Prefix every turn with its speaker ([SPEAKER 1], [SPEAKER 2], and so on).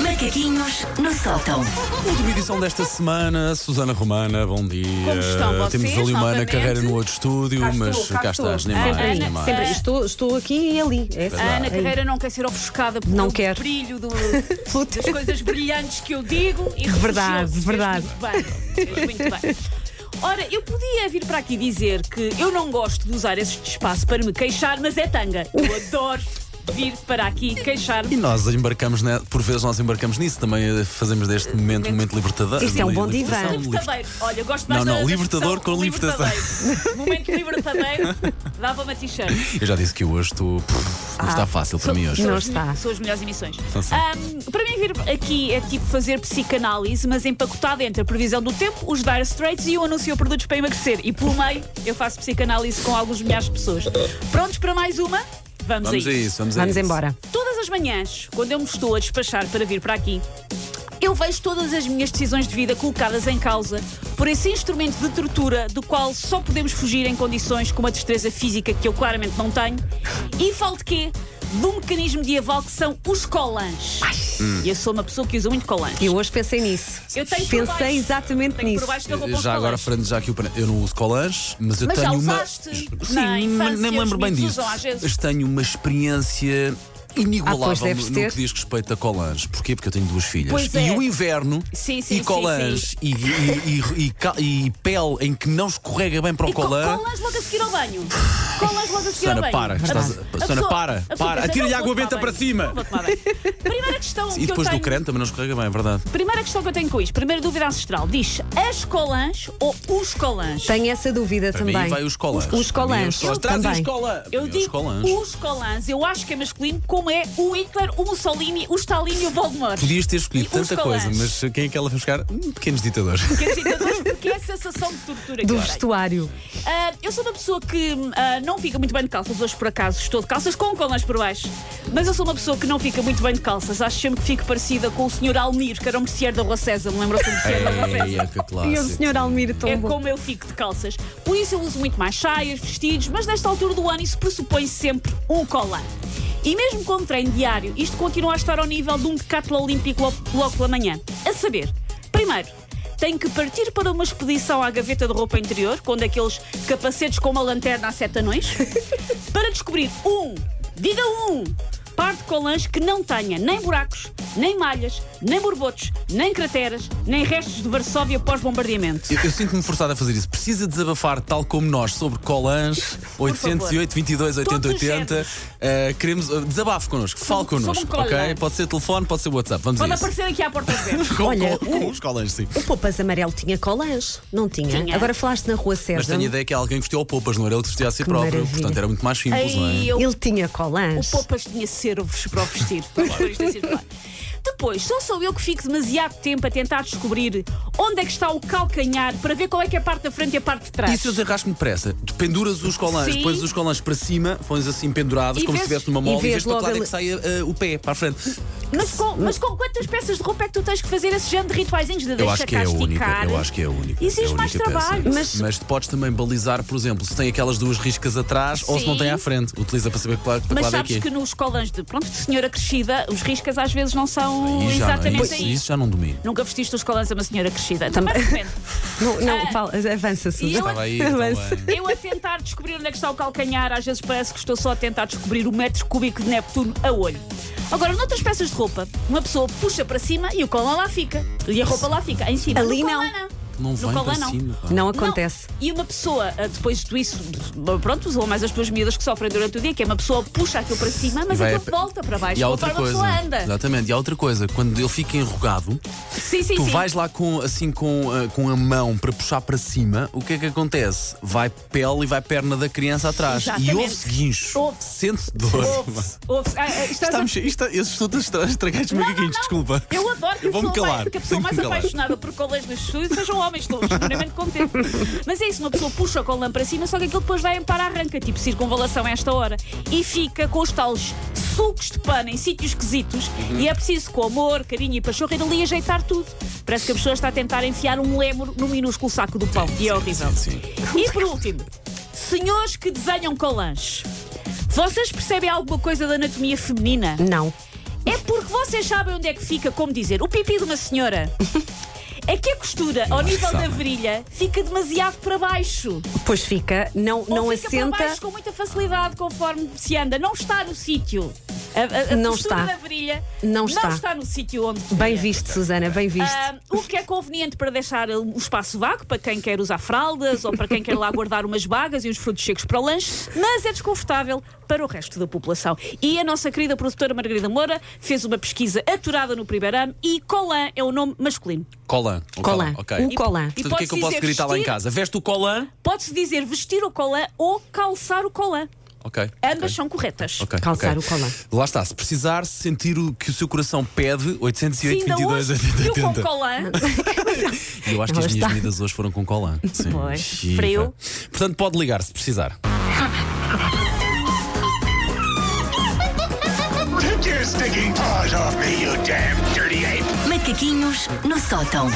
[SPEAKER 1] Macaquinhos no sótão.
[SPEAKER 2] Última edição desta semana, Susana Romana, bom dia.
[SPEAKER 3] Como estão vocês,
[SPEAKER 2] Temos ali uma Ana
[SPEAKER 3] novamente?
[SPEAKER 2] Carreira no outro estúdio,
[SPEAKER 3] estou,
[SPEAKER 2] mas
[SPEAKER 3] cá
[SPEAKER 2] cá
[SPEAKER 3] estou.
[SPEAKER 2] estás, nem
[SPEAKER 3] Ana,
[SPEAKER 2] mais,
[SPEAKER 3] sempre,
[SPEAKER 2] nem mais.
[SPEAKER 4] Sempre, estou, estou aqui e ali. É
[SPEAKER 3] A Ana
[SPEAKER 4] assim.
[SPEAKER 3] Carreira não quer ser ofuscada pelo
[SPEAKER 4] Não quer.
[SPEAKER 3] brilho do- das coisas brilhantes que eu digo e
[SPEAKER 4] Verdade,
[SPEAKER 3] refugiou-se. Fez
[SPEAKER 4] verdade.
[SPEAKER 3] muito bem, fez muito bem. Ora, eu podia vir para aqui dizer que eu não gosto de usar este espaço para me queixar, mas é tanga. Eu adoro vir para aqui queixar-me.
[SPEAKER 2] E nós embarcamos, né, por vezes nós embarcamos nisso, também eh, fazemos deste momento um momento libertador.
[SPEAKER 4] Isto é um bom
[SPEAKER 2] li-
[SPEAKER 4] divã.
[SPEAKER 2] libertação, liber-
[SPEAKER 3] Libertadeiro. Olha, eu gosto mais
[SPEAKER 2] Não,
[SPEAKER 3] da
[SPEAKER 2] não,
[SPEAKER 3] da
[SPEAKER 2] libertador
[SPEAKER 3] expressão
[SPEAKER 2] com libertação.
[SPEAKER 3] libertadeiro. Momento libertadeiro, dava-me a t-shirt.
[SPEAKER 2] Eu já disse que hoje tu, pff, não está fácil para mim hoje.
[SPEAKER 4] Não está.
[SPEAKER 3] São as melhores emissões.
[SPEAKER 2] São sim.
[SPEAKER 3] Ahm, para mim, vir aqui é tipo fazer psicanálise, mas empacotada entre a previsão do tempo, os Dire Straits e o anúncio de produtos para emagrecer. E pelo meio, eu faço psicanálise com alguns milhares de pessoas. Prontos para mais uma? Vamos,
[SPEAKER 2] Vamos a isso, vamos a
[SPEAKER 4] Vamos
[SPEAKER 2] isso.
[SPEAKER 4] embora.
[SPEAKER 3] Todas as manhãs, quando eu me estou a despachar para vir para aqui, eu vejo todas as minhas decisões de vida colocadas em causa por esse instrumento de tortura do qual só podemos fugir em condições com uma destreza física que eu claramente não tenho. E falo de quê? De um mecanismo de aval que são os colãs. E eu sou uma pessoa que usa muito colãs.
[SPEAKER 4] E hoje pensei nisso.
[SPEAKER 3] Eu tenho por baixo.
[SPEAKER 4] pensei exatamente
[SPEAKER 3] Tenho
[SPEAKER 4] nisso.
[SPEAKER 3] por baixo da roupa os
[SPEAKER 2] Já agora,
[SPEAKER 3] colãs.
[SPEAKER 2] Fernando, já aqui o pano- Eu não uso colãs, mas eu
[SPEAKER 3] Mas já
[SPEAKER 2] tenho uma.
[SPEAKER 3] usaste
[SPEAKER 2] Sim,
[SPEAKER 3] na
[SPEAKER 2] nem
[SPEAKER 3] infância,
[SPEAKER 2] me lembro
[SPEAKER 3] os
[SPEAKER 2] bem
[SPEAKER 3] miúdos
[SPEAKER 2] disso.
[SPEAKER 3] usam às vezes.
[SPEAKER 2] Mas tenho uma experiência. Inigualável
[SPEAKER 4] Ah, pois deve
[SPEAKER 2] no,
[SPEAKER 4] ter.
[SPEAKER 2] no que diz respeito a colãs. Porquê? Porque eu tenho duas filhas.
[SPEAKER 3] Pois
[SPEAKER 2] E
[SPEAKER 3] é.
[SPEAKER 2] o inverno
[SPEAKER 3] Sim, sim,
[SPEAKER 2] e
[SPEAKER 3] sim,
[SPEAKER 2] colãs e, e, e- e ca- e pele em que não escorrega bem para o
[SPEAKER 3] E co- é
[SPEAKER 2] colã.
[SPEAKER 3] Colãs logo a seguir ao banho. Colãs logo a seguir ao
[SPEAKER 2] Susana,
[SPEAKER 3] banho.
[SPEAKER 2] para. Estás a-
[SPEAKER 3] A
[SPEAKER 2] Susana,
[SPEAKER 3] pessoa-
[SPEAKER 2] para,
[SPEAKER 3] a pessoa
[SPEAKER 2] para.
[SPEAKER 3] pensa,
[SPEAKER 2] Atira-lhe
[SPEAKER 3] não,
[SPEAKER 2] água
[SPEAKER 3] vou
[SPEAKER 2] benta
[SPEAKER 3] tomar
[SPEAKER 2] para
[SPEAKER 3] banho,
[SPEAKER 2] cima.
[SPEAKER 3] não vou tomar banho. Primeira questão
[SPEAKER 2] E
[SPEAKER 3] que eu
[SPEAKER 2] depois do
[SPEAKER 3] tenho.
[SPEAKER 2] creme também não escorrega bem, é verdade.
[SPEAKER 3] Primeira questão que eu tenho com isto, primeira dúvida ancestral, diz as colãs ou os colãs?
[SPEAKER 4] Tenho essa dúvida
[SPEAKER 2] Para
[SPEAKER 4] também.
[SPEAKER 2] mim vai os colãs.
[SPEAKER 4] Os, os
[SPEAKER 2] Para mim é
[SPEAKER 4] colãs.
[SPEAKER 2] Traz aí os
[SPEAKER 4] também.
[SPEAKER 2] colãs. Para
[SPEAKER 3] Eu
[SPEAKER 2] mim é os
[SPEAKER 3] digo
[SPEAKER 2] colãs.
[SPEAKER 3] os colãs, eu acho que é masculino, como é o Hitler, o Mussolini, o Stalin e o Voldemort.
[SPEAKER 2] Podias ter escolhido
[SPEAKER 3] E os
[SPEAKER 2] tanta coisa,
[SPEAKER 3] colãs.
[SPEAKER 2] mas quem é que ela foi buscar? Hum, Pequenos ditadores.
[SPEAKER 3] Que é agitador, Porque é a sensação de tortura que
[SPEAKER 4] Do
[SPEAKER 3] eu tenho.
[SPEAKER 4] vestuário.
[SPEAKER 3] Ah, eu sou uma pessoa que ah, não fica muito bem de calças. Hoje, por acaso, estou de calças com colãs por baixo. Mas eu sou uma pessoa que não fica muito bem de calças. Acho sempre que fico parecida com o Sr. Almir, que era um merceeiro da Rua César. Me lembro-se do merceeiro da Rua César.
[SPEAKER 2] Ei, É, que
[SPEAKER 4] E o
[SPEAKER 2] clássico.
[SPEAKER 4] senhor Almir tão
[SPEAKER 3] É
[SPEAKER 4] bom.
[SPEAKER 3] como eu fico de calças. Por isso eu uso muito mais saias, vestidos, mas nesta altura do ano isso pressupõe sempre um colar. E mesmo com treino diário, isto continua a estar ao nível de um decathlon olímpico lo- logo pela manhã. A saber, primeiro, tenho que partir para uma expedição à gaveta de roupa interior, com daqueles capacetes com uma lanterna a sete anões, para descobrir um, diga um, par de colãs que não tenha nem buracos, nem malhas, nem borbotos, nem crateras, nem restos de Varsóvia pós-bombardeamento.
[SPEAKER 2] Eu, eu sinto-me forçado a fazer isso. Precisa desabafar, tal como nós, sobre Colãs
[SPEAKER 3] favor.
[SPEAKER 2] 808, 22, 80,
[SPEAKER 3] Todos os
[SPEAKER 2] 80. Uh, queremos. uh, desabafe connosco, fale
[SPEAKER 3] Sobre- sobre
[SPEAKER 2] connosco.
[SPEAKER 3] um Colã.
[SPEAKER 2] ok? Pode ser telefone, pode ser WhatsApp. Vamos
[SPEAKER 3] Pode
[SPEAKER 2] a isso.
[SPEAKER 3] aparecer aqui à porta de ver.
[SPEAKER 2] Com,
[SPEAKER 4] Olha,
[SPEAKER 2] com- com os Colãs, sim.
[SPEAKER 4] O Poupas Amarelo tinha colãs? Não tinha.
[SPEAKER 3] Tinha.
[SPEAKER 4] Agora falaste na Rua César.
[SPEAKER 2] Mas tenho a ideia que é alguém que vestiu ao Poupas, não era ele que vestia a si próprio.
[SPEAKER 4] maravilha.
[SPEAKER 2] Portanto, era muito mais simples, não é?
[SPEAKER 3] Aí eu,
[SPEAKER 4] Ele tinha
[SPEAKER 3] o
[SPEAKER 4] colãs.
[SPEAKER 3] Poupas tinha cervos para o vestir. Vamos pôr isto assim de lado. Depois, só sou eu que fico demasiado tempo a tentar descobrir onde é que está o calcanhar para ver qual é que é a parte da frente e a parte de trás.
[SPEAKER 2] E se eu desenrasco-me depressa? Tu penduras os colãs,
[SPEAKER 3] Sim.
[SPEAKER 2] pões os colãs para cima, pões assim pendurados,
[SPEAKER 3] E
[SPEAKER 2] como se
[SPEAKER 3] vês-
[SPEAKER 2] estivesse numa
[SPEAKER 4] e
[SPEAKER 2] mola, e
[SPEAKER 4] vês
[SPEAKER 2] vês para que
[SPEAKER 4] logo
[SPEAKER 2] lado é
[SPEAKER 4] ali-
[SPEAKER 2] que saia uh, o pé para a frente.
[SPEAKER 3] Mas com, mas com quantas peças de roupa é que tu tens que fazer esse género de rituaizinhos de
[SPEAKER 2] Eu
[SPEAKER 3] deixa
[SPEAKER 2] acho que
[SPEAKER 3] cá
[SPEAKER 2] é a única.
[SPEAKER 3] esticar?
[SPEAKER 2] Eu acho que é a única.
[SPEAKER 3] Exige
[SPEAKER 2] é a única
[SPEAKER 3] mais trabalho.
[SPEAKER 2] peça. Mas...
[SPEAKER 4] Mas-
[SPEAKER 2] tu podes também balizar, por exemplo, se tem aquelas duas riscas atrás ou se não
[SPEAKER 3] Sim.
[SPEAKER 2] tem à frente. Utiliza para saber que lado, que
[SPEAKER 3] Mas
[SPEAKER 2] lado é
[SPEAKER 3] sabes
[SPEAKER 2] que é.
[SPEAKER 3] que nos colãs de, pronto, de senhora crescida, os riscas às vezes não são
[SPEAKER 2] Aí já não- é
[SPEAKER 3] exatamente é
[SPEAKER 2] isso,
[SPEAKER 3] aí.
[SPEAKER 2] isso já não domino.
[SPEAKER 3] Nunca vestiste os colãs a uma senhora crescida. Também recomendo.
[SPEAKER 4] Não, não
[SPEAKER 3] Ah.
[SPEAKER 4] fala, avança, Susana.
[SPEAKER 3] E eu-
[SPEAKER 2] Estava aí,
[SPEAKER 4] Avança.
[SPEAKER 2] estava aí.
[SPEAKER 3] Eu a tentar descobrir onde é que está o calcanhar, às vezes parece que estou só a tentar descobrir o metro cúbico de Neptuno a olho. Agora, noutras peças de roupa, uma pessoa puxa para cima e o colã lá fica. E a roupa lá fica, em cima.
[SPEAKER 4] Ali
[SPEAKER 3] No
[SPEAKER 4] não.
[SPEAKER 3] colã
[SPEAKER 2] Não
[SPEAKER 3] No
[SPEAKER 2] vem
[SPEAKER 3] colã
[SPEAKER 2] para
[SPEAKER 3] não.
[SPEAKER 2] cima. pá.
[SPEAKER 4] Não acontece.
[SPEAKER 3] Não. E uma pessoa, ah, depois disso, pronto, usou mais as tuas medidas que sofrem durante o dia, que é uma pessoa puxa aquilo para cima, Ah,
[SPEAKER 2] E
[SPEAKER 3] mas
[SPEAKER 2] vai
[SPEAKER 3] aquilo
[SPEAKER 2] a-
[SPEAKER 3] volta para baixo.
[SPEAKER 2] E há
[SPEAKER 3] de
[SPEAKER 2] outra
[SPEAKER 3] forma
[SPEAKER 2] coisa.
[SPEAKER 3] a pessoa anda.
[SPEAKER 2] Exatamente. E há outra coisa. Quando ele fica enrugado,
[SPEAKER 3] Sim, sim,
[SPEAKER 2] tu
[SPEAKER 3] sim.
[SPEAKER 2] vais lá com, assim, com, ah, com a mão para puxar para cima, o que é que acontece? Vai pele e vai perna da criança atrás. E
[SPEAKER 3] Exatamente.
[SPEAKER 2] ouve-se guincho.
[SPEAKER 3] Ouve-se.
[SPEAKER 2] Sente-se dor.
[SPEAKER 3] Ouve-se, ouve-se. Ah, ah, estás a
[SPEAKER 2] Estamos, isto, eu estou a estra- estragar estes
[SPEAKER 3] Não,
[SPEAKER 2] macaquinhos,
[SPEAKER 3] não, não.
[SPEAKER 2] desculpa.
[SPEAKER 3] Eu adoro que,
[SPEAKER 2] Eu vou-me
[SPEAKER 3] a pessoa
[SPEAKER 2] calar.
[SPEAKER 3] mais, que a
[SPEAKER 2] Tenho
[SPEAKER 3] pessoa
[SPEAKER 2] que
[SPEAKER 3] mais
[SPEAKER 2] me calar.
[SPEAKER 3] apaixonada por colãs nos estúdios sejam homens, estou extremamente contente. Mas é isso, uma pessoa puxa o colã para cima, só que aquilo depois vai em para arranca, tipo circunvalação a esta hora. E fica com os tais sucos de pano em sítios esquisitos
[SPEAKER 2] Uhum.
[SPEAKER 3] e é preciso, com amor, carinho e pachorra, ir ali ajeitar tudo. Parece que a pessoa está a tentar enfiar um lémur no minúsculo saco do pão. e é horrível.
[SPEAKER 2] sim,
[SPEAKER 3] E por último, senhores que desenham colãs. Vocês percebem alguma coisa da anatomia feminina?
[SPEAKER 4] Não.
[SPEAKER 3] É Porque vocês sabem onde é que fica, como dizer, o pipi de uma senhora. É que a costura, ao
[SPEAKER 2] acho que
[SPEAKER 3] nível da
[SPEAKER 2] sabem.
[SPEAKER 3] virilha, fica demasiado para baixo.
[SPEAKER 4] Pois fica, não,
[SPEAKER 3] Ou
[SPEAKER 4] não
[SPEAKER 3] fica
[SPEAKER 4] assenta.
[SPEAKER 3] para baixo com muita facilidade conforme se anda. Não está no sítio. A, a, a
[SPEAKER 4] Não
[SPEAKER 3] costura
[SPEAKER 4] está.
[SPEAKER 3] da virilha
[SPEAKER 4] Não está.
[SPEAKER 3] no sítio onde
[SPEAKER 4] Bem
[SPEAKER 3] devia.
[SPEAKER 4] visto, Susana, bem visto.
[SPEAKER 3] Ah, o que é conveniente para deixar um espaço vago para quem quer usar fraldas ou para quem quer lá guardar umas bagas e uns frutos secos para o lanche, mas é desconfortável para o resto da população. E a nossa querida produtora Margarida Moura fez uma pesquisa aturada no primeiro ano e Colan é o nome masculino.
[SPEAKER 2] Colan. O
[SPEAKER 4] Colan.
[SPEAKER 2] ok.
[SPEAKER 4] O Colan.
[SPEAKER 2] Portanto,
[SPEAKER 3] E
[SPEAKER 2] o que é que eu
[SPEAKER 3] pode-se
[SPEAKER 2] posso
[SPEAKER 3] dizer
[SPEAKER 2] gritar lá em
[SPEAKER 3] vestir-
[SPEAKER 2] casa? Veste o Colan?
[SPEAKER 3] Pode-se dizer vestir o Colan ou calçar o Colan.
[SPEAKER 2] Ok.
[SPEAKER 3] Ambas
[SPEAKER 2] ok.
[SPEAKER 3] são corretas.
[SPEAKER 2] Ok,
[SPEAKER 4] Calçar
[SPEAKER 2] ok.
[SPEAKER 4] o colar.
[SPEAKER 2] Lá está, se precisar, se sentir o que o seu coração pede,
[SPEAKER 3] Se
[SPEAKER 2] 808,
[SPEAKER 3] ainda
[SPEAKER 2] 22,
[SPEAKER 3] hoje viu
[SPEAKER 2] 80,
[SPEAKER 3] com
[SPEAKER 2] 80.
[SPEAKER 3] Colan,
[SPEAKER 2] E eu acho que as
[SPEAKER 4] Lá
[SPEAKER 2] minhas
[SPEAKER 4] está.
[SPEAKER 2] medidas hoje foram com colan. Sim.
[SPEAKER 3] Pois,
[SPEAKER 2] Chifa.
[SPEAKER 3] frio.
[SPEAKER 2] Portanto, pode ligar se precisar.
[SPEAKER 1] Take your stinking paws off me, you damn dirty ape!
[SPEAKER 5] Macaquinhos no sótão.